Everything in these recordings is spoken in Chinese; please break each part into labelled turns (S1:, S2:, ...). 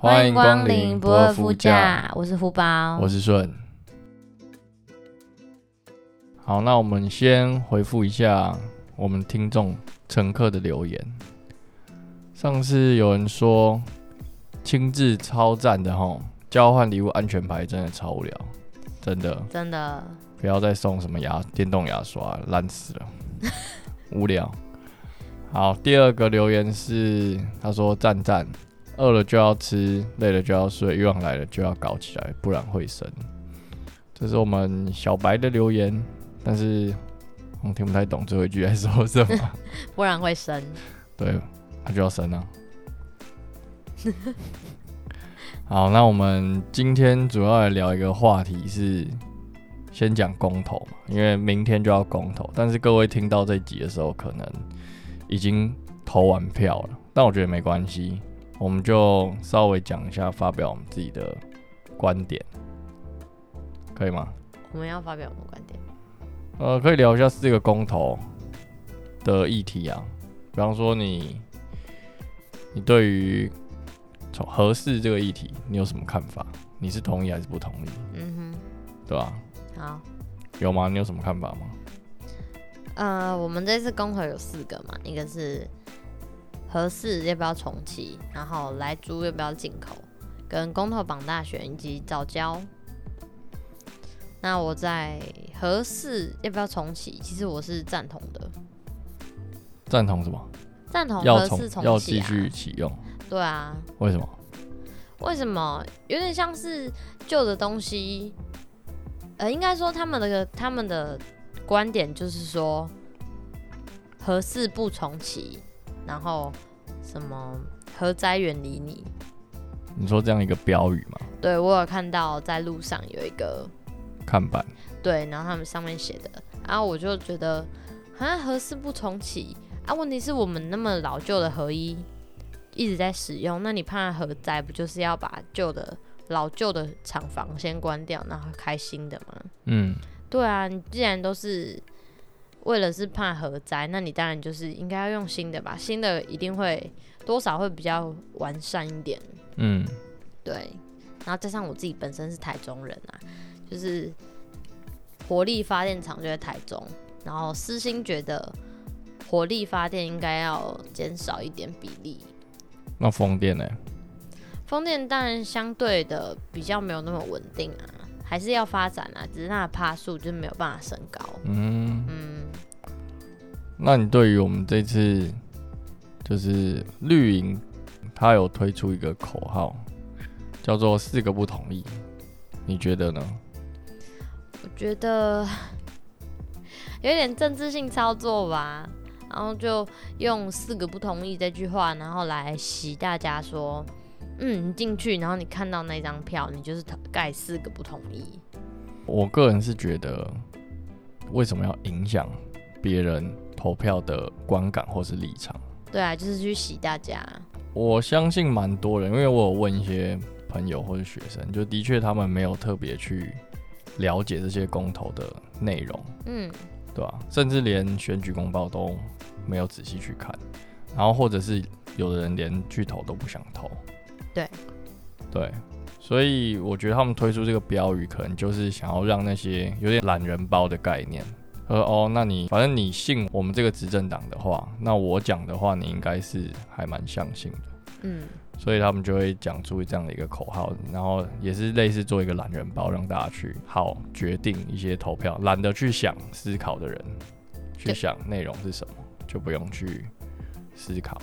S1: 欢迎光临不二夫家，
S2: 我是胡宝，
S1: 我是顺。好，那我们先回复一下我们听众乘客的留言。上次有人说亲自超赞的吼，交换礼物安全牌真的超无聊，真的
S2: 真的
S1: 不要再送什么牙电动牙刷了，烂死了， 无聊。好，第二个留言是他说赞赞，饿了就要吃，累了就要睡，欲望来了就要搞起来，不然会生。这是我们小白的留言，但是我听不太懂最后一句在说什么。
S2: 不然会生。
S1: 对，他就要生啊。 好，那我们今天主要来聊一个话题是，先讲公投嘛，因为明天就要公投，但是各位听到这一集的时候，可能已经投完票了，但我觉得没关系，我们就稍微讲一下，发表我们自己的观点，可以吗？
S2: 我们要发表我们观点。
S1: 呃，可以聊一下四个公投的议题啊，比方说你，你对于从合适这个议题，你有什么看法？你是同意还是不同意？
S2: 嗯
S1: 对吧、
S2: 哼，好。
S1: 有吗？你有什么看法吗？
S2: 呃，我们这次公投有四个嘛，一个是合适要不要重启，然后来猪要不要进口，跟公投榜大选以及早教。那我在合适要不要重启，其实我是赞同的，
S1: 赞同什么？
S2: 赞同
S1: 要
S2: 合
S1: 重
S2: 哦适重
S1: 要
S2: 启
S1: 继
S2: 啊，
S1: 续启用？
S2: 对啊，
S1: 为什么？
S2: 为什么有点像是旧的东西？呃，应该说他们的他们的观点就是说，何事不重启，然后什么何灾远离你。
S1: 你说这样一个标语嘛，
S2: 对我有看到在路上有一个
S1: 看板，
S2: 对，然后他们上面写的，然后我就觉得啊，何事不重启啊？问题是我们那么老旧的合一一直在使用，那你怕核灾不就是要把旧的老旧的厂房先关掉，然后开新的吗？
S1: 嗯，
S2: 对啊，你既然都是为了是怕核灾，那你当然就是应该要用新的吧，新的一定会多少会比较完善一点。
S1: 嗯，
S2: 对，然后加上我自己本身是台中人啊，就是火力发电厂就在台中，然后私心觉得火力发电应该要减少一点比例，
S1: 那风电呢？
S2: 风电当然相对的比较没有那么稳定啊，还是要发展啊，只是它的趴数就没有办法升高。
S1: 嗯，
S2: 嗯，
S1: 那你对于我们这次就是绿营，他有推出一个口号，叫做“四个不同意”，你觉得呢？
S2: 我觉得有点政治性操作吧，然后就用四个不同意这句话，然后来洗大家说，嗯，你进去，然后你看到那张票，你就是投盖四个不同意。
S1: 我个人是觉得，为什么要影响别人投票的观感或是立场？
S2: 对啊，就是去洗大家。
S1: 我相信蛮多人，因为我有问一些朋友或者学生，就的确他们没有特别去了解这些公投的内容，
S2: 嗯，
S1: 对吧、甚至连选举公报都没有仔细去看，然后或者是有的人连去投都不想投。
S2: 对，
S1: 对，所以我觉得他们推出这个标语，可能就是想要让那些有点懒人包的概念。呃哦，那你反正你信我们这个执政党的话，那我讲的话你应该是还蛮相信的。
S2: 嗯，
S1: 所以他们就会讲出这样的一个口号，然后也是类似做一个懒人包，让大家去好决定一些投票，懒得去想思考的人，去
S2: 对
S1: 想内容是什么，就不用去思考。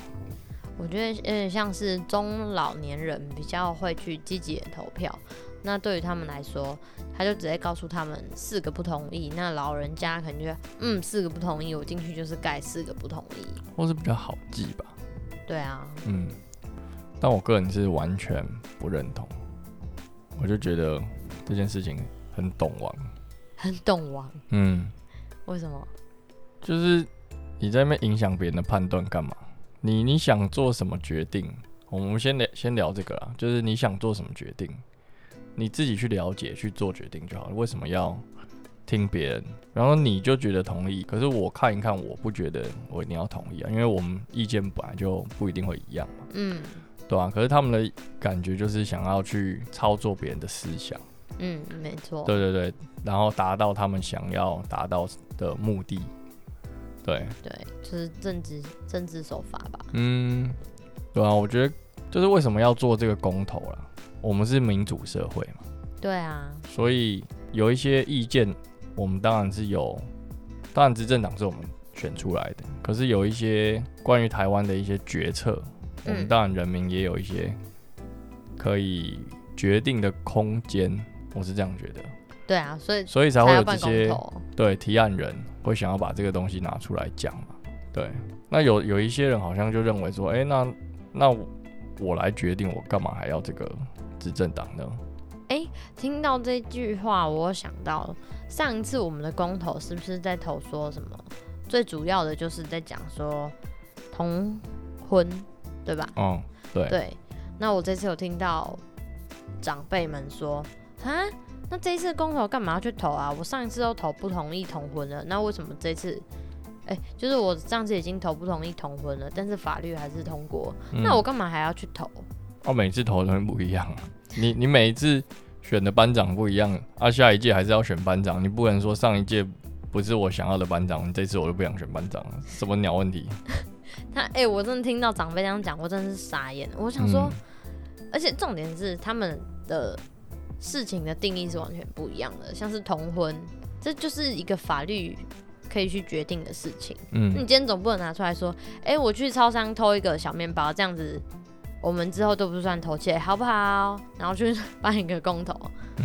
S2: 我觉得有点像是中老年人比较会去积极的投票。那对于他们来说，他就直接告诉他们四个不同意。那老人家可能就嗯，四个不同意，我进去就是盖四个不同意。
S1: 或是比较好记吧，
S2: 对啊，
S1: 嗯。但我个人是完全不认同，我就觉得这件事情很懂王，
S2: 很懂王，
S1: 嗯，
S2: 为什么？
S1: 就是你在那边影响别人的判断干嘛？你你想做什么决定？我们先聊先聊这个啦，就是你想做什么决定，你自己去了解去做决定就好了。为什么要听别人？然后你就觉得同意，可是我看一看，我不觉得我一定要同意啊，因为我们意见本来就不一定会一样嘛。
S2: 嗯，
S1: 对啊，可是他们的感觉就是想要去操作别人的思想，
S2: 嗯，没错，
S1: 对对对，然后达到他们想要达到的目的。对，
S2: 对，就是政治政治手法吧。
S1: 嗯，对啊，我觉得就是为什么要做这个公投啦？我们是民主社会嘛，
S2: 对啊，
S1: 所以有一些意见，我们当然是有，当然执政党是我们选出来的，可是有一些关于台湾的一些决策，我们
S2: 嗯
S1: 当然人民也有一些可以决定的空间，我是这样觉得，
S2: 对啊，所以
S1: 所以才
S2: 才
S1: 会
S2: 要
S1: 有这
S2: 办
S1: 些
S2: 公投。
S1: 对提案人会想要把这个东西拿出来讲嘛？对，那有有一些人好像就认为说，哎、那那我我来决定，我干嘛还要这个执政党呢？
S2: 听到这句话，我想到上一次我们的公投是不是在投说什么？最主要的就是在讲说同婚，对吧？
S1: 嗯，对，
S2: 对。那我这次有听到长辈们说，啊，那这一次公投干嘛要去投啊？我上一次都投不同意同婚了，那为什么这次？哎、就是我上次已经投不同意同婚了，但是法律还是通过，
S1: 嗯
S2: 那我干嘛还要去投？
S1: 哦，每次投的人不一样啊，你你每一次选的班长不一样啊，下一届还是要选班长，你不能说上一届不是我想要的班长，这次我就不想选班长了，什么鸟问题？
S2: 他哎、我真的听到长辈这样讲，我真的是傻眼。我想
S1: 嗯
S2: 说，而且重点是他们的事情的定义是完全不一样的，像是同婚，这就是一个法律可以去决定的事情。
S1: 嗯
S2: 你
S1: 嗯
S2: 今天总不能拿出来说，哎、我去超商偷一个小面包，这样子我们之后都不算偷窃，好不好？然后去 办一个公投，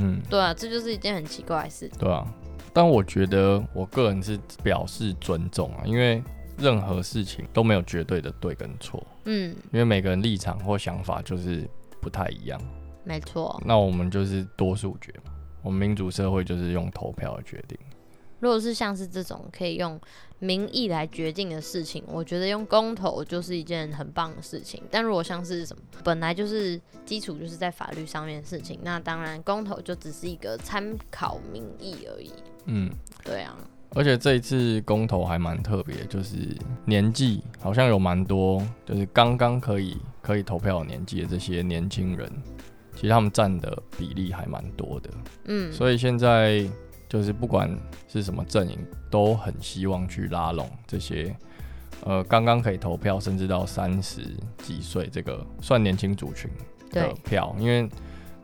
S1: 嗯，
S2: 对啊，这就是一件很奇怪的事。
S1: 对啊，但我觉得我个人是表示尊重啊，因为任何事情都没有绝对的对跟错，
S2: 嗯，
S1: 因为每个人立场或想法就是不太一样，
S2: 没错。
S1: 那我们就是多数决嘛，我们民主社会就是用投票来决定。
S2: 如果是像是这种可以用民意来决定的事情，我觉得用公投就是一件很棒的事情。但如果像是什么本来就是基础就是在法律上面的事情，那当然公投就只是一个参考民意而已。
S1: 嗯，
S2: 对啊，
S1: 而且这一次公投还蛮特别，就是年纪好像有蛮多，就是刚刚可以可以投票的年纪的这些年轻人，其实他们占的比例还蛮多的。
S2: 嗯，
S1: 所以现在就是不管是什么阵营，都很希望去拉拢这些呃刚刚可以投票，甚至到三十几岁这个算年轻族群的
S2: 对，
S1: 票，因为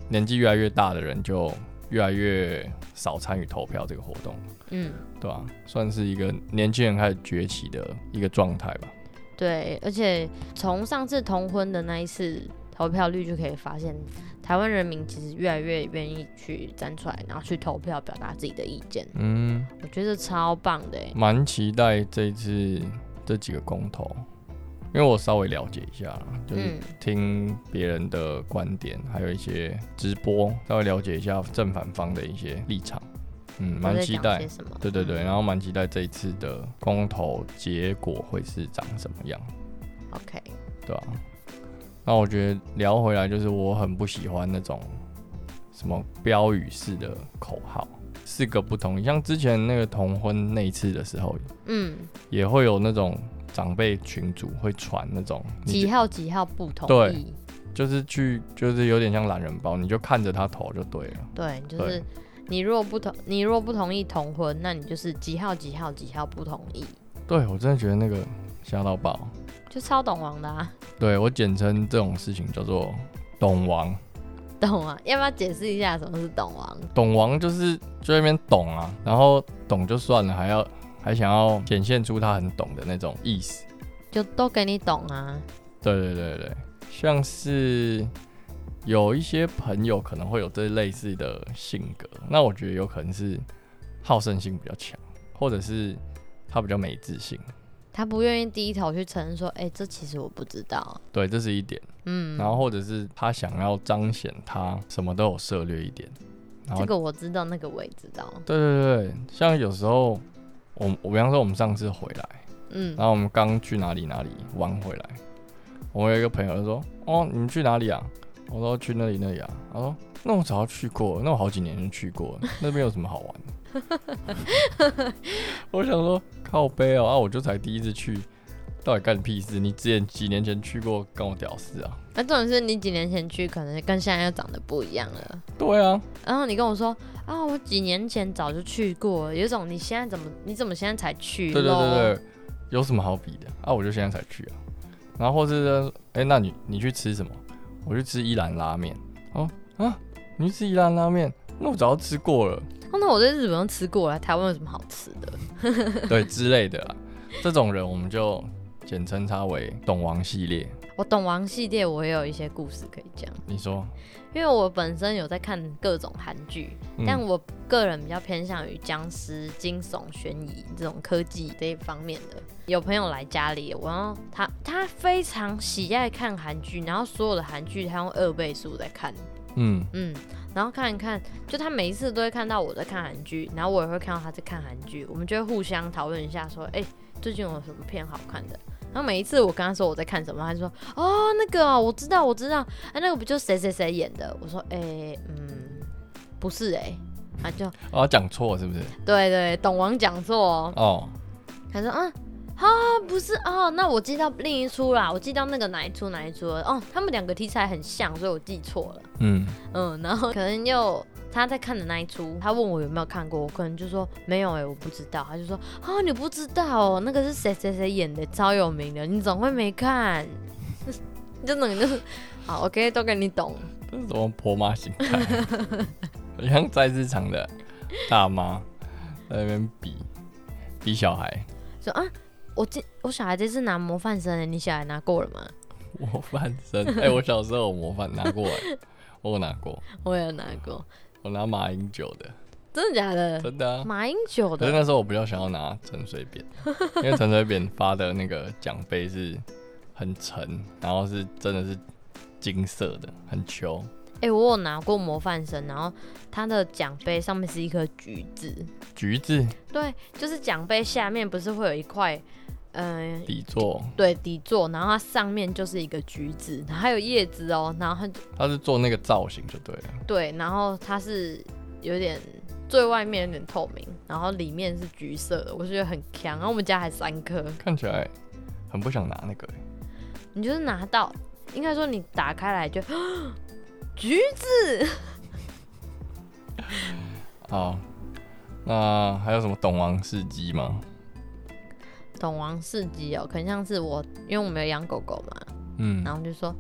S1: 年纪越来越大的人就越来越少参与投票这个活动。
S2: 嗯。
S1: 对啊，算是一个年轻人开始崛起的一个状态吧。
S2: 对，而且从上次同婚的那一次投票率就可以发现，台湾人民其实越来越愿意去站出来，然后去投票表达自己的意见，
S1: 嗯，
S2: 我觉得超棒的欸。
S1: 蛮期待这一次这几个公投，因为我稍微了解一下啦，就是
S2: 嗯
S1: 听别人的观点，还有一些直播，稍微了解一下正反方的一些立场。嗯，
S2: 我
S1: 蛮
S2: 在
S1: 期
S2: 讲
S1: 待
S2: 些。什么？
S1: 对对对，
S2: 嗯
S1: 然后蛮期待这一次的公投结果会是长什么样。
S2: ，OK，
S1: 对啊，那我觉得聊回来，就是我很不喜欢那种什么标语式的口号，四个不同意。像之前那个同婚那一次的时候，
S2: 嗯，
S1: 也会有那种长辈群组会传那种，你
S2: 几
S1: 就
S2: 号几号不同
S1: 对
S2: 意？
S1: 就是去就是有点像懒人包，你就看着他投就对了。
S2: 对，就
S1: 对
S2: 是你若不同，你若不同意同婚，那你就是几号几号几号不同意，
S1: 对我真的觉得那个吓到爆。
S2: 就超懂王的啊，
S1: 对我简称这种事情叫做“懂王
S2: 懂啊？要不要解释一下什么是懂王？”，
S1: 懂王就是就在那边懂啊，然后懂就算了，还要还想要显现出他很懂的那种意思。
S2: 就都给你懂啊，
S1: 对对对对，像是有一些朋友可能会有这类似的性格，那我觉得有可能是好胜心比较强，或者是他比较没自信。
S2: 他不愿意低头去承认说，哎、这其实我不知道。
S1: 对，这是一点。
S2: 嗯，
S1: 然后或者是他想要彰显他什么都有涉略一点。然后
S2: 这个我知道，那个我也知道。
S1: 对对对，像有时候我我比方说我们上次回来，
S2: 嗯
S1: 然，后我们刚去哪里哪里玩回来，我有一个朋友就说：“哦，你们去哪里啊？”我说：“去那里那里啊。”他说：“那我早就去过了，那我好几年就去过了，那边有什么好玩 的？”我想说靠背哦，啊，我就才第一次去，到底干你屁事？你之前几年前去过，干我屌事啊？
S2: 那重点是你几年前去，可能跟现在又长得不一样了。
S1: 对啊，
S2: 然后你跟我说啊，我几年前早就去过，有一种你现在怎么你怎么现在才去？
S1: 对对对对，有什么好比的啊？我就现在才去啊。然后或是呢哎、那你你去吃什么？我去吃伊兰拉面。哦啊，你去吃伊兰拉面？那我早就吃过 了，
S2: 哦，那我在日本都吃过了，台湾有什么好吃的？
S1: 对之类的啦。这种人我们就简称他为“懂王”系列。
S2: 我懂王系列，我也有一些故事可以讲，
S1: 你说，
S2: 因为我本身有在看各种韩剧，
S1: 嗯、
S2: 但我个人比较偏向于僵尸、惊悚、悬疑这种科技这一方面的。有朋友来家里，然后他他非常喜爱看韩剧，然后所有的韩剧他用二倍速在看，
S1: 嗯，
S2: 嗯，然后看一看，就他每一次都会看到我在看韩剧，然后我也会看到他在看韩剧，我们就会互相讨论一下，说，哎、最近有什么片好看的？然后每一次我跟他说我在看什么，他就说，哦，那个哦我知道，我知道，哎、那个不就谁谁谁演的？我说，哎、嗯，不是哎、他就
S1: 我要哦讲错是不是？
S2: 对对，懂王讲座、哦，
S1: 哦，
S2: 他说啊。啊，不是哦，那我记到另一出啦，我记到那个哪一出哪一出了哦，他们两个题材很像，所以我记错了。
S1: 嗯，
S2: 嗯，然后可能又他在看的那一出，他问我有没有看过，我可能就说没有哎、我不知道。他就说啊，你不知道哦，那个是谁谁谁演的，超有名的，你怎么会没看？ 就那种就是好，OK，都跟你懂。
S1: 这是什么婆妈心 态？很像菜市场的大妈在那边比比小孩，
S2: 说啊，我今我小孩这次拿模范生的，欸你小孩拿过了吗？
S1: 模范生。哎、我小时候有模范拿过来，我有拿过，
S2: 我也有拿过，
S1: 我拿马英九的，
S2: 真的假的？
S1: 真的啊。
S2: 马英九
S1: 可是
S2: 的
S1: 那时候我比较想要拿陈水 扁，因为陈水扁发的那个奖杯是很沉，然后是真的是金色的，很球。
S2: 哎、我有拿过模范生，然后他的奖杯上面是一颗橘子，
S1: 橘子
S2: 对，就是奖杯下面不是会有一块，嗯、
S1: 底座，
S2: 对底座，然后它上面就是一个橘子，然后还有叶子哦，然后它就
S1: 它是做那个造型就对了。
S2: 对，然后它是有点最外面有点透明，然后里面是橘色的，我觉得很强。然后我们家还三颗，
S1: 看起来很不想拿那个欸、
S2: 你就是拿到，应该说你打开来就 橘子，
S1: 好，那还有什么懂王事迹吗？
S2: 懂王市集哦，可能像是我，因为我们有养狗狗嘛，
S1: 嗯，
S2: 然后就说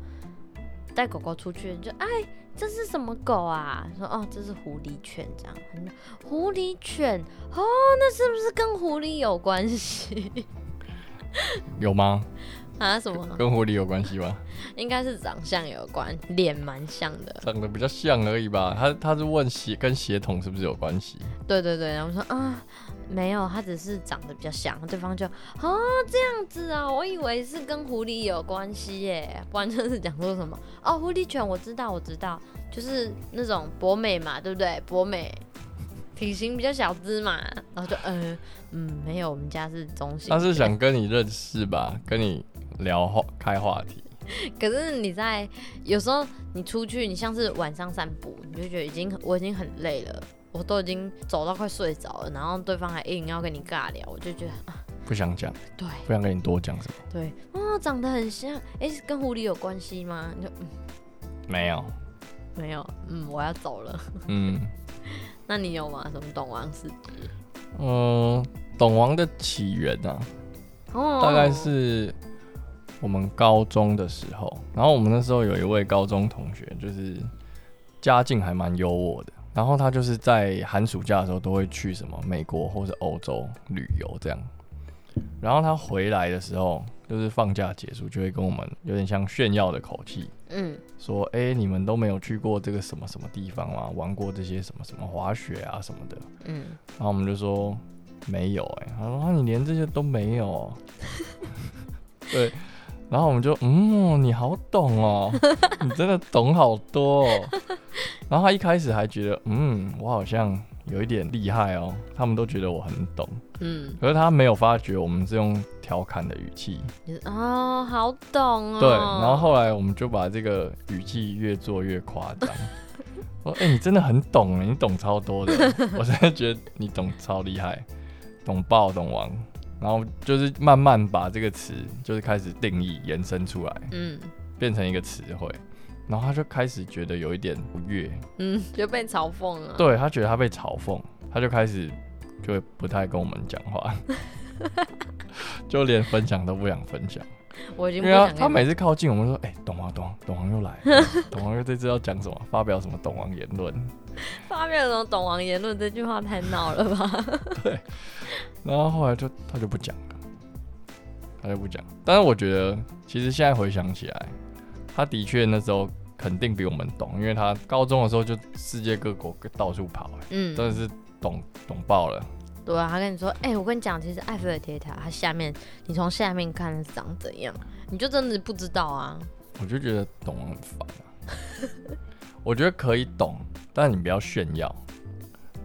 S2: 带狗狗出去，就哎这是什么狗啊？说哦这是狐狸犬这样，他们就狐狸犬哦那是不是跟狐狸有关系
S1: 有吗？
S2: 啊？什么
S1: 跟狐狸有关系吗？
S2: 应该是长相有关，脸蛮像的。
S1: 长得比较像而已吧。他他是问血跟血统是不是有关系？
S2: 对对对，然后我说啊没有，它只是长得比较像，对方就哦这样子啊，我以为是跟狐狸有关系耶，不然就是讲说什么哦狐狸犬我知道我知道，就是那种博美嘛，对不对？博美。体型比较小只嘛，然后就呃嗯没有，我们家是中型。
S1: 他是想跟你认识吧，跟你聊话开话题。
S2: 可是你在有时候你出去，你像是晚上散步，你就觉得已经我已经很累了，我都已经走到快睡着了，然后对方还硬要跟你尬聊，我就觉得
S1: 不想讲，
S2: 对
S1: 不想跟你多讲什么。
S2: 对，哦，长得很像，哎、跟狐狸有关系吗？你就嗯
S1: 没有，
S2: 没有，嗯，我要走了。
S1: 嗯，
S2: 那你有吗？什么懂王事？
S1: 呃，懂王的起源啊，
S2: 哦
S1: 大概是我们高中的时候，然后我们那时候有一位高中同学，就是家境还蛮优渥的，然后他就是在寒暑假的时候都会去什么美国或是欧洲旅游这样，然后他回来的时候，就是放假结束就会跟我们有点像炫耀的口气，
S2: 嗯
S1: 说：“哎、你们都没有去过这个什么什么地方吗？玩过这些什么什么滑雪啊什么的。”
S2: 嗯，
S1: 然后我们就说没有哎、他说、啊、你连这些都没有哦、对，然后我们就嗯，你好懂哦，你真的懂好多、哦。然后他一开始还觉得嗯，我好像有一点厉害哦，他们都觉得我很懂，
S2: 嗯，
S1: 可是他没有发觉我们是用调侃的语气，
S2: 就是哦，好懂哦。
S1: 对，然后后来我们就把这个语气越做越夸张。说：“哎、你真的很懂哎， 你懂超多的，我真的觉得你懂超厉害，懂爆懂王。然后就是慢慢把这个词就是开始定义延伸出来，
S2: 嗯
S1: 变成一个词汇，然后他就开始觉得有一点不悦，
S2: 嗯，就被嘲讽了。
S1: 对他觉得他被嘲讽，他就开始就会不太跟我们讲话，就连分享都不想分享，
S2: 我已经
S1: 因
S2: 不
S1: 为他
S2: 想
S1: 他
S2: 跟
S1: 每次靠近我们就说，哎、懂吗？懂王，懂王又来 了，懂王又这次要讲什么，发表什么懂王言论，
S2: 发表那种懂王言论这句话太闹了 吧？
S1: 然后后来就他就不讲了，他就不讲。但是我觉得，其实现在回想起来，他的确那时候肯定比我们懂，因为他高中的时候就世界各国到处跑、欸
S2: 嗯，
S1: 真的是懂懂爆了。
S2: 对啊，他跟你说，哎、我跟你讲，其实埃菲尔铁塔它下面，你从下面看是长怎样，你就真的不知道啊。
S1: 我就觉得懂很烦啊。我觉得可以懂，但你不要炫耀。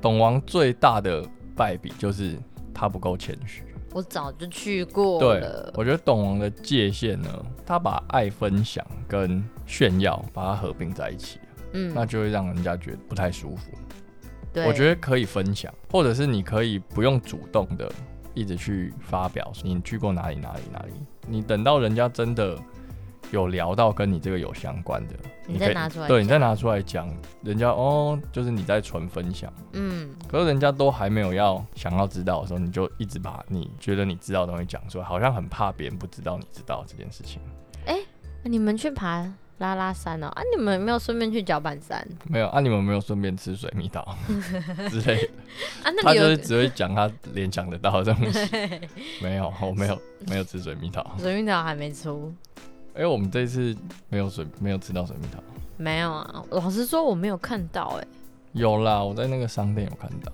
S1: 懂王最大的败笔就是他不够谦虚。
S2: 我早就去过
S1: 对
S2: 了，，
S1: 我觉得懂王的界限呢，他把爱分享跟炫耀把它合并在一起。
S2: 嗯，
S1: 那就会让人家觉得不太舒服。
S2: 对，
S1: 我觉
S2: 得
S1: 得可以分享，或者是你可以不用主动的一直去发表你去过哪里哪里哪里，你等到人家真的有聊到跟你这个有相关的，
S2: 你
S1: 可以
S2: 再拿出来
S1: 对，你再拿出来讲，人家哦，就是你在纯分享，
S2: 嗯，
S1: 可是人家都还没有要想要知道的时候，你就一直把你觉得你知道的东西讲出来，好像很怕别人不知道你知道这件事情。
S2: 啊你们去爬拉拉山哦，啊，你们有没有顺便去脚板山
S1: 没有啊，你们有没有顺便吃水蜜桃 之类的？
S2: 啊？ 那
S1: 他
S2: 里
S1: 就
S2: 有
S1: 是只会讲他联想得到的 东西，没有，我没有没有吃水蜜桃，
S2: 水蜜桃还没出。
S1: 因为我们这次没有水没有吃到水蜜桃，
S2: 没有啊，老实说我没有看到哎、
S1: 有啦，我在那个商店有看到。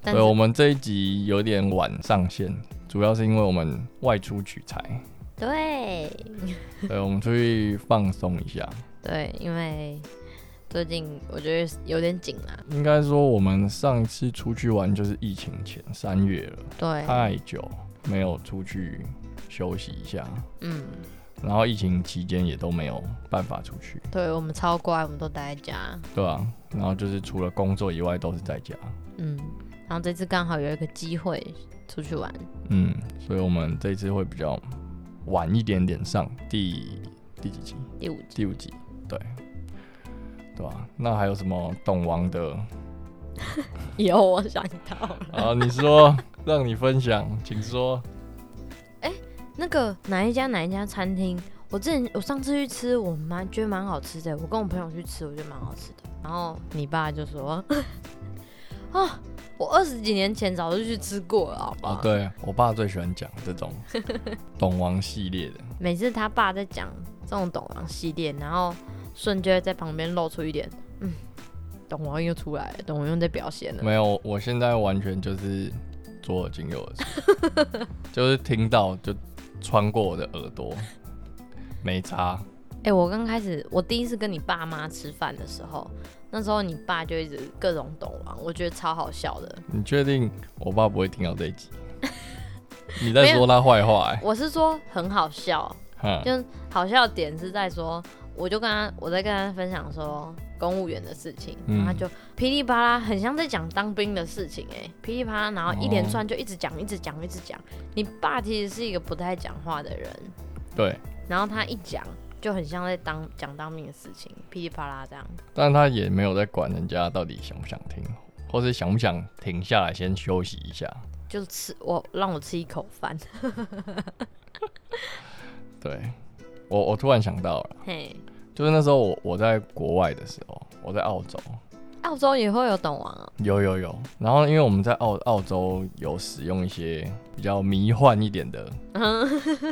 S2: 但
S1: 对，
S2: 是
S1: 我们这一集有点晚上线，主要是因为我们外出取材，
S2: 对
S1: 对，我们出去放松一下。
S2: 对，因为最近我觉得有点紧啊。
S1: 应该说我们上一次出去玩就是疫情前三月了，
S2: 对，
S1: 太久没有出去休息一下，
S2: 嗯，
S1: 然后疫情期间也都没有办法出去。
S2: 对我们超乖，我们都待在家。
S1: 对啊，然后就是除了工作以外都是在家，
S2: 嗯，然后这次刚好有一个机会出去玩。
S1: 嗯，所以我们这一次会比较晚一点点上第第几集？
S2: 第五集
S1: 第五集，对，对啊？那还有什么懂王的？
S2: 有我想到了
S1: 啊，你说，让你分享，请说。
S2: 那个哪一家哪一家餐厅，我之前我上次去吃，我蛮觉得蛮好吃的。我跟我朋友去吃，我觉得蛮好吃的。然后你爸就说：“ 啊，我二十几年前早就去吃过了，好不好？”
S1: 啊，对我爸最喜欢讲这种懂王系列的，
S2: 每次他爸在讲这种懂王系列，然后顺就会在旁边露出一点，嗯，懂王又出来了，懂王又在表现了。
S1: 没有，我现在完全就是左耳进右耳出， 就是听到就穿过我的耳朵，没差。
S2: 哎、我刚开始我第一次跟你爸妈吃饭的时候，那时候你爸就一直各种懂王，我觉得超好笑的。
S1: 你确定我爸不会听到这一集？你在说他坏话、 欸？
S2: 我是说很好笑，
S1: 嗯，
S2: 就是好笑点是在说，我就跟他我在跟他分享说公务员的事情，
S1: 嗯
S2: 然后他就噼里啪啦，很像在讲当兵的事情哎、噼里啪啦，然后一
S1: 哦
S2: 连串就一直讲，一直讲，一直讲。你爸其实是一个不太讲话的人，
S1: 对，
S2: 然后他一讲就很像在当讲当兵的事情，噼里啪啦这样。
S1: 但他也没有在管人家到底想不想听，或是想不想停下来先休息一下。
S2: 就吃我让我吃一口饭，
S1: 对，我我突然想到了，
S2: 嘿，
S1: 就是那时候我我在国外的时候，我在澳洲，
S2: 澳洲也会有懂王哦，
S1: 有有有。然后因为我们在澳澳洲有使用一些比较迷幻一点的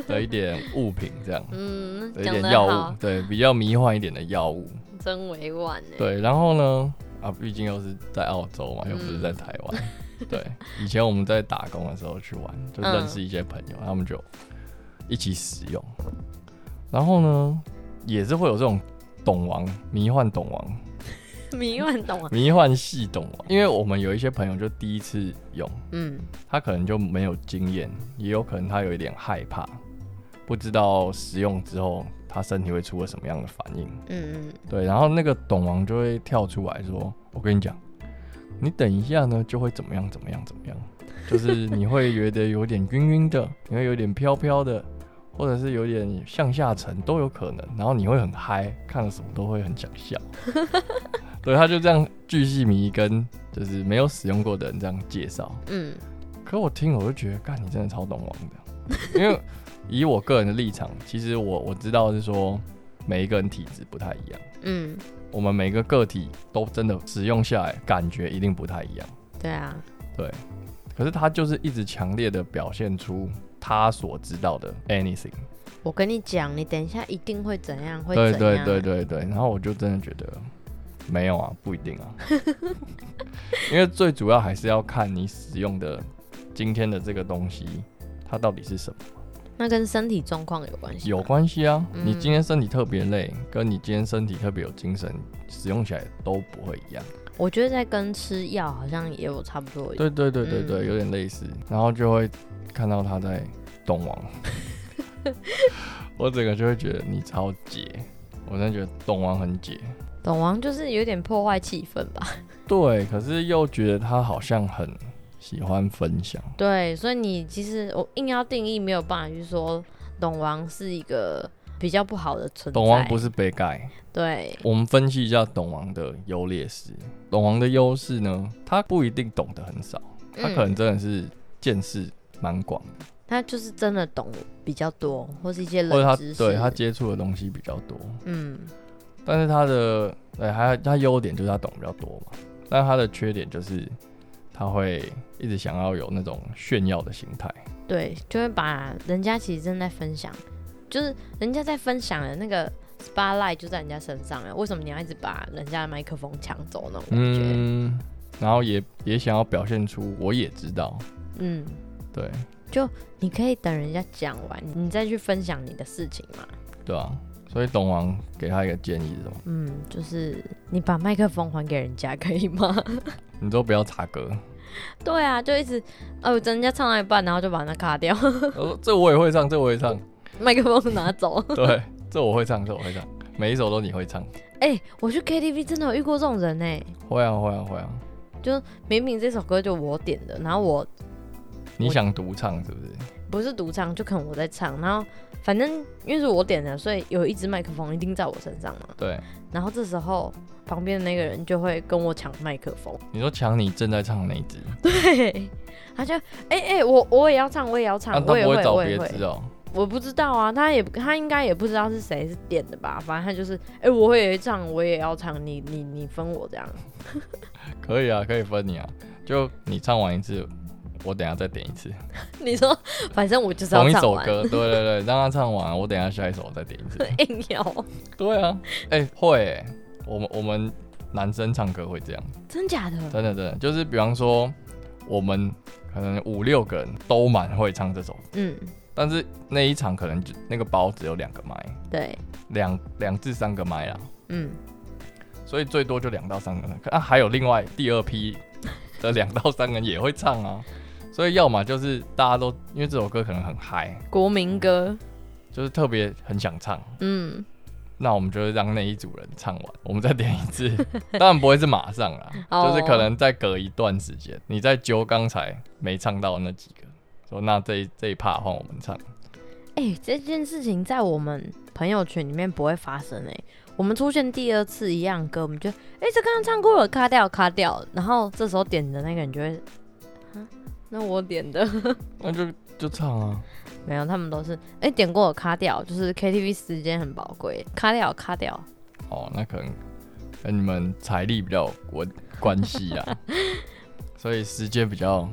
S1: 的一点物品，这 样
S2: 嗯，
S1: 的一
S2: 讲
S1: 点
S2: 得
S1: 药
S2: 好
S1: 物，，对，比较迷幻一点的药物。
S2: 真委婉欸 呢。
S1: 对，然后呢，啊，毕竟又是在澳洲嘛，又不是
S2: 嗯
S1: 在台 湾。对，以前我们在打工的时候去玩，
S2: 嗯
S1: 就认识一些朋友，他们就一起使用。然后呢，也是会有这种懂王、迷幻懂王、
S2: 迷幻懂王，
S1: 迷幻系懂王，因为我们有一些朋友就第一次用，
S2: 嗯，
S1: 他可能就没有经验，也有可能他有一点害怕，不知道使用之后他身体会出了什么样的反应。
S2: 嗯嗯，
S1: 对，然后那个懂王就会跳出来说：“我跟你讲，你等一下呢就会怎么样怎么样怎么样，就是你会觉得有点晕晕的，你会有点飘飘的，或者是有点向下沉都有可能，然后你会很嗨，看了什么都会很想笑。对，他就这样巨细迷跟就是没有使用过的人这样介绍，
S2: 嗯
S1: 可我听我就觉得，干你真的超懂王 的，因为以我个人的立场，其实我我知道是说每一个人体质不太一样，
S2: 嗯，
S1: 我们每个个体都真的使用下来感觉一定不太一样，
S2: 对啊，
S1: 对。可是他就是一直强烈的表现出他所知道的 anything，
S2: 我跟你讲，你等一下一定会怎样，会
S1: 对
S2: 怎
S1: 对
S2: 样，
S1: 对对对，然后我就真的觉得没有啊，不一定 啊，因为最主要还是要看你使用的今天的这个东西，它到底是什么。
S2: 那跟身体状况有关系吗，
S1: 有关系啊，
S2: 嗯
S1: 你今天身体特别累，跟你今天身体特别有精神，使用起来都不会一样。
S2: 我觉得在跟吃药好像也有差不多。
S1: 对对对对对，
S2: 嗯
S1: 有点类似，然后就会看到他在东 王，我整个就会觉得你超解，我真的觉得东王很解。
S2: 懂王就是有点破坏气氛 吧？
S1: 对，可是又觉得他好像很喜欢分享。
S2: 对，所以你其实我硬要定义，没有办法去说懂王是一个比较不好的存在。
S1: 董王不是被盖，
S2: 对，
S1: 我们分析一下董王的优劣势。董王的优势呢，他不一定懂得很少，他可能
S2: 嗯、
S1: 真的是见识蛮广的。
S2: 他就是真的懂比较多，或是一些
S1: 或者他
S2: 冷知识。
S1: 对他接触的东西比较多，
S2: 嗯，
S1: 但是他的对还有他优点就是他懂比较多嘛，但他的缺点就是他会一直想要有那种炫耀的心态，
S2: 对，就会把人家其实正在分享，就是人家在分享的那个 spotlight 就在人家身上啊了，为什么你要一直把人家的麦克风抢走那种感觉？
S1: 嗯，然后也也想要表现出我也知道，
S2: 嗯，
S1: 对
S2: 你可以等人家讲完，你再去分享你的事情嘛。
S1: 对啊，所以董王给他一个建议是什么？
S2: 嗯，就是你把麦克风还给人家可以吗？
S1: 你都不要插歌，
S2: 对啊，就一直哦，人家唱到一半，然后就把那卡掉，
S1: 我说呃这我也会唱，这我也会唱，
S2: 麦克风拿走。
S1: 对，这我会唱，这我会唱，每一首都你会唱，
S2: 哎、我去 KTV 真的有遇过这种人哎、
S1: 会啊会啊会啊，
S2: 明明这首歌就我点的，然后我
S1: 你
S2: 我
S1: 想独唱是不是？
S2: 不是独唱，就可能我在唱，然后反正因为是我点的，所以有一支麦克风一定在我身上嘛。
S1: 对，
S2: 然后这时候旁边的那个人就会跟我抢麦克 风，
S1: 你说抢你正在唱的那一支。
S2: 对，他就哎哎、我我也要唱，我也要唱，
S1: 那啊他
S2: 我也
S1: 不
S2: 会，
S1: 找
S2: 我
S1: 别
S2: 也会。
S1: 枝哦、
S2: 我不知道啊，他也他应该也不知道是谁是点的吧，反正他就是，哎、我会唱，我也要唱，你你你分我这样，
S1: 可以啊，可以分你啊。就你唱完一次，我等一下再点一次，
S2: 你说反正我就是要
S1: 同一
S2: 唱
S1: 首
S2: 完，
S1: 歌，对对对，让他唱完，我等一下下一首再点 一次。
S2: 硬要，
S1: 对啊，哎、会欸、我们我们男生唱歌会这样，
S2: 真假的？
S1: 真的真的，就是比方说我们可能五六个人都蛮会唱这首，
S2: 嗯，
S1: 但是那一场可能就那个包只有两个麦，
S2: 对，
S1: 两两至三个麦啦，
S2: 嗯，
S1: 所以最多就两到三个人。啊，还有另外第二批的两到三个人也会唱啊， 所以要么就是大家都因为这首歌可能很嗨，
S2: 国民歌，
S1: 就是特别很想唱，
S2: 嗯，
S1: 那我们就是让那一组人唱完，我们再点一次。当然不会是马上啦，
S2: 哦
S1: 就是可能再隔一段时间，你再揪刚才没唱到的那几个，说那这一这一趴换我们唱。
S2: 哎、这件事情在我们朋友圈里面不会发生哎、我们出现第二次一样歌，我们就，哎、这刚刚唱过了，卡掉卡掉，然后这时候点的那个人就会，啊，那我点的。
S1: 那就就唱啊，
S2: 没有，他们都是哎、点过我卡掉，就是 KTV 时间很宝贵，卡掉卡掉。
S1: 哦，那可能跟你们财力比较有关关系 啊，所以时间比较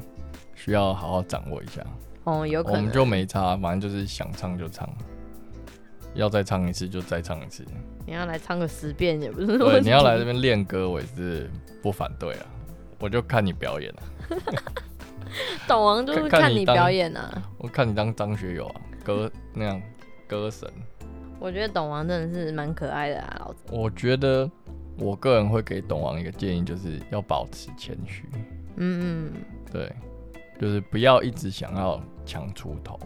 S1: 需要好好掌握一下。
S2: 哦，有可
S1: 我们
S2: 能
S1: 就没差，反正就是想唱就唱，要再唱一次就再唱一 次。
S2: 你要来唱个十遍也不是问
S1: 对，
S2: 题
S1: 你要来这边练歌，我也是不反对啊，我就看你表演啊，
S2: 懂王就是
S1: 看
S2: 看
S1: 你
S2: 你
S1: 当
S2: 表演啊。
S1: 我看你当张学友啊，歌那样歌神。
S2: 我觉得懂王真的是蛮可爱的啊，老子。
S1: 我觉得我个人会给董王一个建议，就是要保持谦虚，
S2: 嗯嗯，
S1: 对，就是不要一直想要抢出头。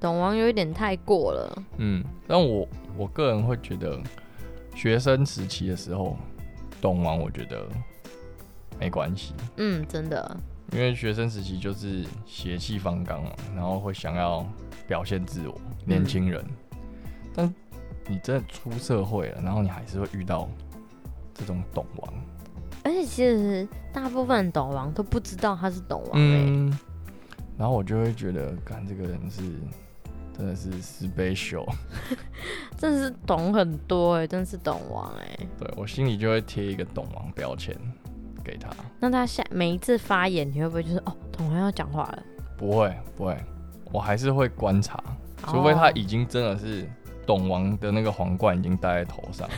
S2: 懂王有一点太过了。
S1: 嗯，但我我个人会觉得，学生时期的时候，懂王我觉得没关系，
S2: 嗯，真的，
S1: 因为学生时期就是血气方刚嘛，然后会想要表现自我，年轻人。但你真的出社会了，然后你还是会遇到这种懂王。
S2: 而且其实大部分懂王都不知道他是懂王、欸，
S1: 嗯，然后我就会觉得，干这个人是真的是 special，
S2: 真的是懂很多哎、真是懂王哎、
S1: 对我心里就会贴一个懂王标签给他。
S2: 那他下每一次发言，你会不会就是哦，懂王要讲话了？
S1: 不会，不会，我还是会观察，除
S2: 哦
S1: 非他已经真的是懂王的那个皇冠已经戴在头上，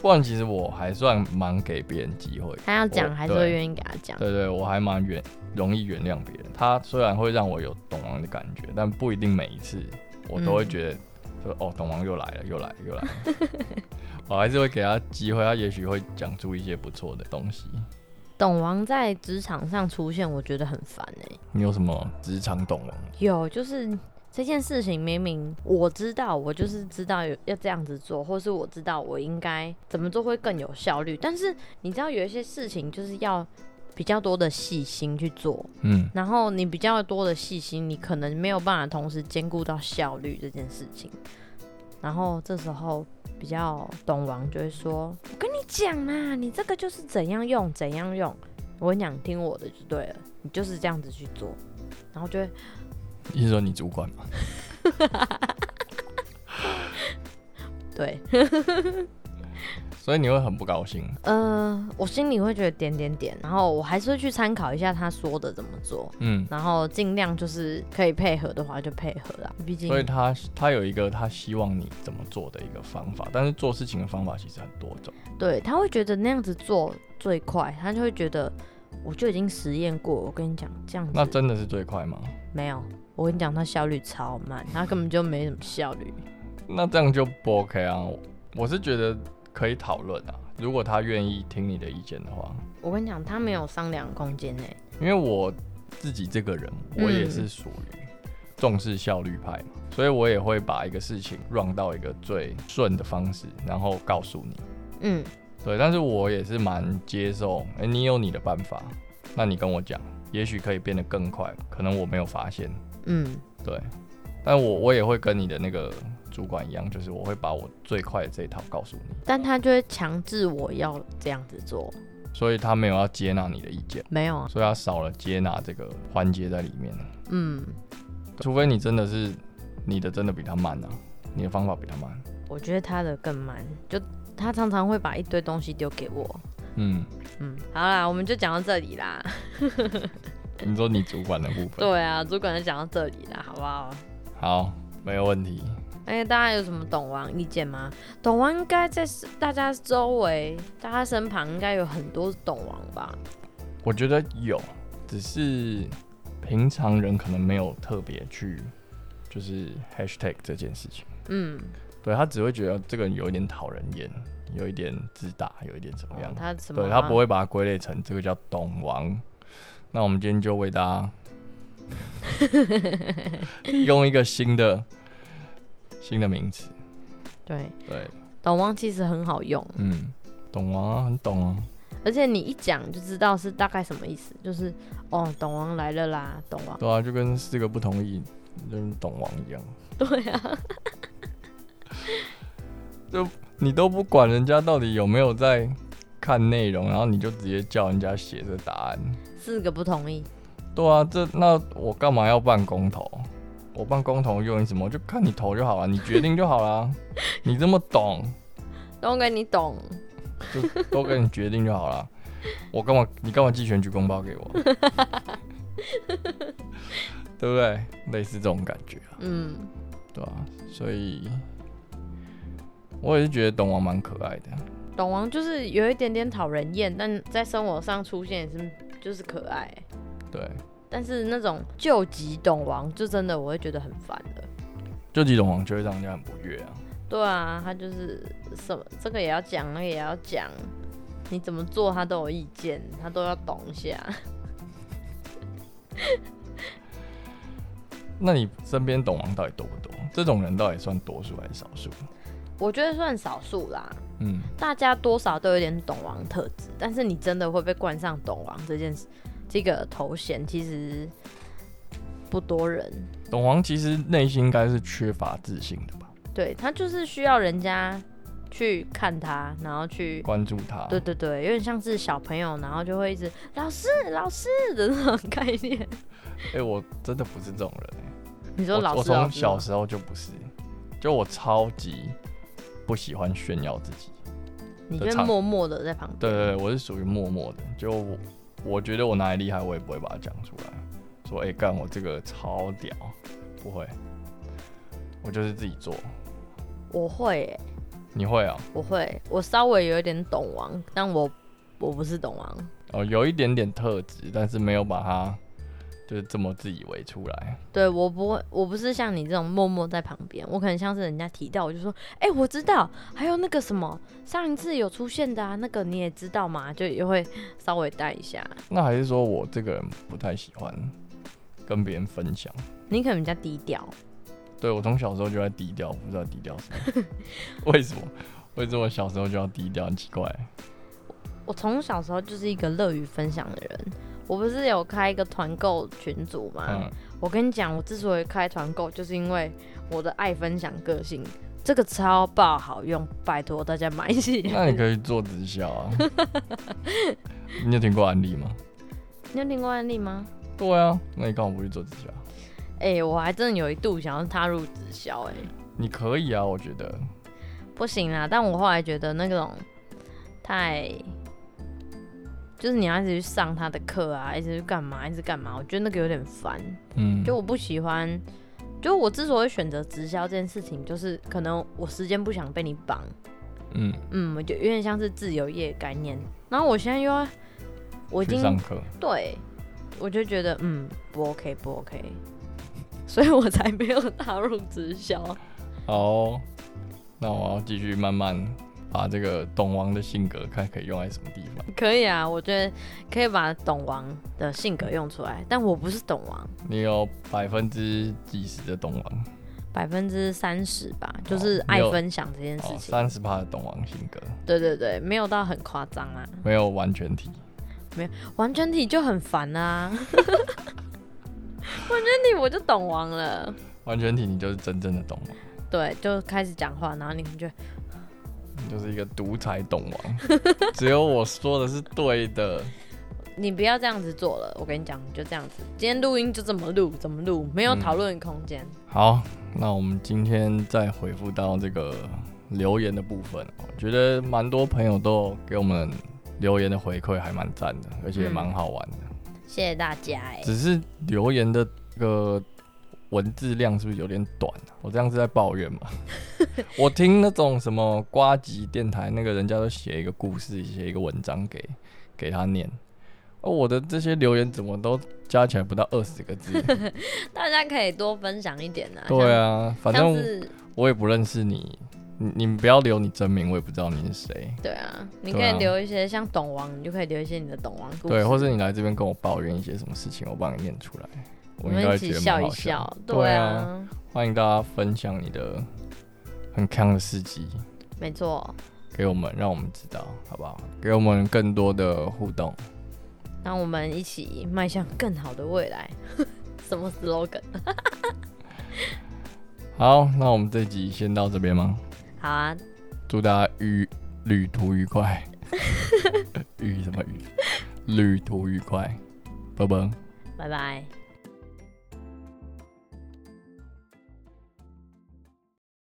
S1: 不然其实我还算蛮给别人机会的。
S2: 他要讲
S1: 我
S2: 还是会愿意给他讲。
S1: 对对，我还蛮原容易原谅别人。他虽然会让我有懂王的感觉，但不一定每一次我都会
S2: 嗯
S1: 觉得说、哦，懂王又来了，又来了，又来了。我还是会给他机会，他也许会讲出一些不错的东西。
S2: 懂王在职场上出现，我觉得很烦哎、
S1: 你有什么职场懂王？
S2: 有，就是这件事情明明我知道，我就是知道有要这样子做，或是我知道我应该怎么做会更有效率。但是你知道有一些事情就是要比较多的细心去做，
S1: 嗯，
S2: 然后你比较多的细心，你可能没有办法同时兼顾到效率这件事情。然后这时候比较懂王就会说：“我跟你讲啦，你这个就是怎样用怎样用，我跟你讲，你听我的就对了，你就是这样子去做。”然后就会
S1: 你是说你主管吗？
S2: 对，
S1: 所以你会很不高兴。
S2: 呃，我心里会觉得点点点，然后我还是会去参考一下他说的怎么做，
S1: 嗯，
S2: 然后尽量就是可以配合的话就配合啦，毕竟
S1: 所以他他有一个他希望你怎么做的一个方法，但是做事情的方法其实很多种。
S2: 对他会觉得那样子做最快，他就会觉得我就已经实验过，我跟你讲这样
S1: 那
S2: 子
S1: 真的是最快吗？
S2: 没有，我跟你讲他效率超慢，他根本就没什么效率。
S1: 那这样就不 OK 啊！我我是觉得可以讨论啊，如果他愿意听你的意见的话，
S2: 我跟你讲，他没有商量空间呢、
S1: 因为我自己这个人，我也是属于重视效率派嘛，所以我也会把一个事情让到一个最顺的方式，然后告诉你。
S2: 嗯，
S1: 对，但是我也是蛮接受，哎、你有你的办法，那你跟我讲，也许可以变得更快，可能我没有发现，
S2: 嗯，
S1: 对，但我我也会跟你的那个主管一样，就是我会把我最快的这一套告诉你。
S2: 但他就会强制我要这样子做，
S1: 所以他没有要接纳你的意见，
S2: 没有啊，
S1: 所以他少了接纳这个环节在里面。
S2: 嗯，
S1: 除非你真的是你的真的比他慢啊，你的方法比他慢。
S2: 我觉得他的更慢，就他常常会把一堆东西丢给我，
S1: 嗯，
S2: 嗯，好啦，我们就讲到这里啦。
S1: 你说你主管的部分，
S2: 对啊，主管就讲到这里啦，好不好？
S1: 好，没有问题。
S2: 而且哎大家有什么懂王意见吗？懂王应该在大家周围、大家身旁应该有很多懂王吧？
S1: 我觉得有，只是平常人可能没有特别去就是 hashtag 这件事情，
S2: 嗯，
S1: 对他只会觉得这个人有一点讨人厌，有一点自大，有一点怎么样
S2: 哦。他什么、
S1: 对他不，会把它归类成这个叫懂王。那我们今天就为大家 提供一个新的新的名词。
S2: 对，
S1: 对，
S2: 懂王其实很好用，
S1: 嗯，懂王啊，很懂啊。
S2: 而且你一讲就知道是大概什么意思，就是哦，懂王来了啦，懂王。
S1: 对啊，就跟四个不同意就是懂王一样，
S2: 对 啊，
S1: 你都不管人家到底有没有在看内容，然后你就直接叫人家写这答案。
S2: 四个不同意，
S1: 对啊，这那我干嘛要办公投？我办公投用意什么？我就看你投就好了，你决定就好 了。你这么懂，
S2: 都给你懂。
S1: 就都给你决定就好了。我干嘛？你干嘛寄选举公报给 我？对不对？类似这种感觉啊，
S2: 嗯，
S1: 对吧、所以我也是觉得懂王蛮可爱的。
S2: 懂王就是有一点点讨人厌，但在生活上出现也是就是可爱。
S1: 对，
S2: 但是那种救急懂王，就真的我会觉得很烦的。
S1: 就几种王就会让人家很不悦啊。
S2: 对啊，他就是什么这个也要讲，那个也要讲，你怎么做他都有意见，他都要懂一下。
S1: 那你身边懂王到底多不多？这种人到底算多数还是少数？
S2: 我觉得算少数啦，
S1: 嗯，
S2: 大家多少都有点懂王特质，但是你真的会被冠上懂王这件事这个头衔，其实不多人。
S1: 懂王其实内心应该是缺乏自信的吧，
S2: 对他就是需要人家去看他，然后去。
S1: 关注他，
S2: 对对对，有点像是小朋友，然后就会一直老师老师的那种概念。
S1: 哎、我真的不是这种人、欸，
S2: 你说
S1: 我
S2: 老
S1: 我
S2: 师老
S1: 从
S2: 师
S1: 小
S2: 吗
S1: 时候就不是，就我超级不喜欢炫耀自己，
S2: 你
S1: 的
S2: 就会
S1: 场
S2: 默默的在旁边。
S1: 对对对，我是属于默默的，就我我觉得我哪里厉害，我也不会把它讲出来，说哎干、我这个超屌，不会，我就是自己做。
S2: 我会耶、
S1: 你会啊？
S2: 我会，我稍微有一点懂王，但我我不是懂王。
S1: 哦，有一点点特质，但是没有把它就是这么自以为出来。
S2: 对我不会，我不是像你这种默默在旁边，我可能像是人家提到我就说，哎、我知道，还有那个什么，上一次有出现的啊，那个你也知道嘛，就也会稍微带一下。
S1: 那还是说我这个人不太喜欢跟别人分享。
S2: 你可能比较低调，
S1: 对我从小时候就在低调，不知道低调什么，为什么？为什么小时候就要低调？很奇怪。
S2: 我从小时候就是一个乐于分享的人。我不是有开一个团购群组吗？
S1: 嗯，
S2: 我跟你讲，我之所以开团购，就是因为我的爱分享个性，这个超爆好用，拜托大家买起 来。
S1: 那你可以做直销 啊。你有听过案例吗？
S2: 你有听过案例吗？
S1: 对啊，那你干嘛不去做直销？
S2: 哎、我还真的有一度想要踏入直销，哎，
S1: 你可以啊，我觉得。
S2: 不行啦。但我后来觉得那种太，就是你要一直去上他的课啊，一直去干嘛，一直干嘛，我觉得那个有点烦。
S1: 嗯，
S2: 就我不喜欢，就我之所以选择直销这件事情，就是可能我时间不想被你绑，
S1: 嗯，
S2: 嗯，我就有点像是自由业概念。然后我现在又要，我已
S1: 去
S2: 经
S1: 上课。
S2: 对，我就觉得嗯不 OK 不 OK，所以我才没有踏入直销。
S1: 好哦，那我要继续慢慢把这个懂王的性格看可以用在什么地方。
S2: 可以啊，我觉得可以把懂王的性格用出来，但我不是懂王，
S1: 你有百分之几十的懂王，
S2: 百分之三十吧，就是
S1: 哦没
S2: 爱
S1: 有
S2: 分享这件事
S1: 哦，
S2: 情。
S1: 三十趴的懂王性格，
S2: 对对对，没有到很夸张啊，
S1: 没有完全体。
S2: 完全体就很烦啊。 完全体我就懂王了，
S1: 完全体你就是真正的懂王，
S2: 对，就开始讲话，然后你们就
S1: 你就是一个独裁懂 王，只有我说的是对的。
S2: 你不要这样子做了，我跟你讲，你就这样子。今天录音就这么录，怎么录，没有
S1: 嗯
S2: 讨论空间。
S1: 好，那我们今天再回复到这个留言的部分哦，我觉得蛮多朋友都有给我们留言的回馈，还蛮赞的，而且也蛮好玩的。
S2: 谢谢大家、哎，
S1: 只是留言的这个文字量是不是有点短、啊？我这样是在抱怨嘛？我听那种什么瓜吉电台那个人家都写一个故事，写一个文章给给他念，而我的这些留言怎么都加起来不到二十个字？
S2: 大家可以多分享一点啊。
S1: 对啊，
S2: 像，
S1: 反
S2: 像
S1: 正
S2: 是
S1: 我也不认识你，你你们不要留你真名，我也不知道你是谁。
S2: 对啊，你可
S1: 对啊
S2: 以留一些像懂王，你就可以留一些你的懂王故事，
S1: 对，或是你来这边跟我抱怨一些什么事情，我帮你念出来，我
S2: 我
S1: 应
S2: 们
S1: 该
S2: 一
S1: 会
S2: 起
S1: 觉得
S2: 笑
S1: 蛮
S2: 一
S1: 好笑
S2: 笑
S1: 的。。
S2: 对
S1: 啊，
S2: 啊，
S1: 欢迎大家分享你的很强的事迹
S2: 没错。
S1: 给我们，让我们知道，好不好？给我们更多的互动。
S2: 让我们一起迈向更好的未来。 什么 slogan？
S1: 好，那我们这集先到这边吗？
S2: 好啊，
S1: 祝大家愉旅途愉快， 愉什么愉？旅途愉快，拜拜。
S2: 拜拜。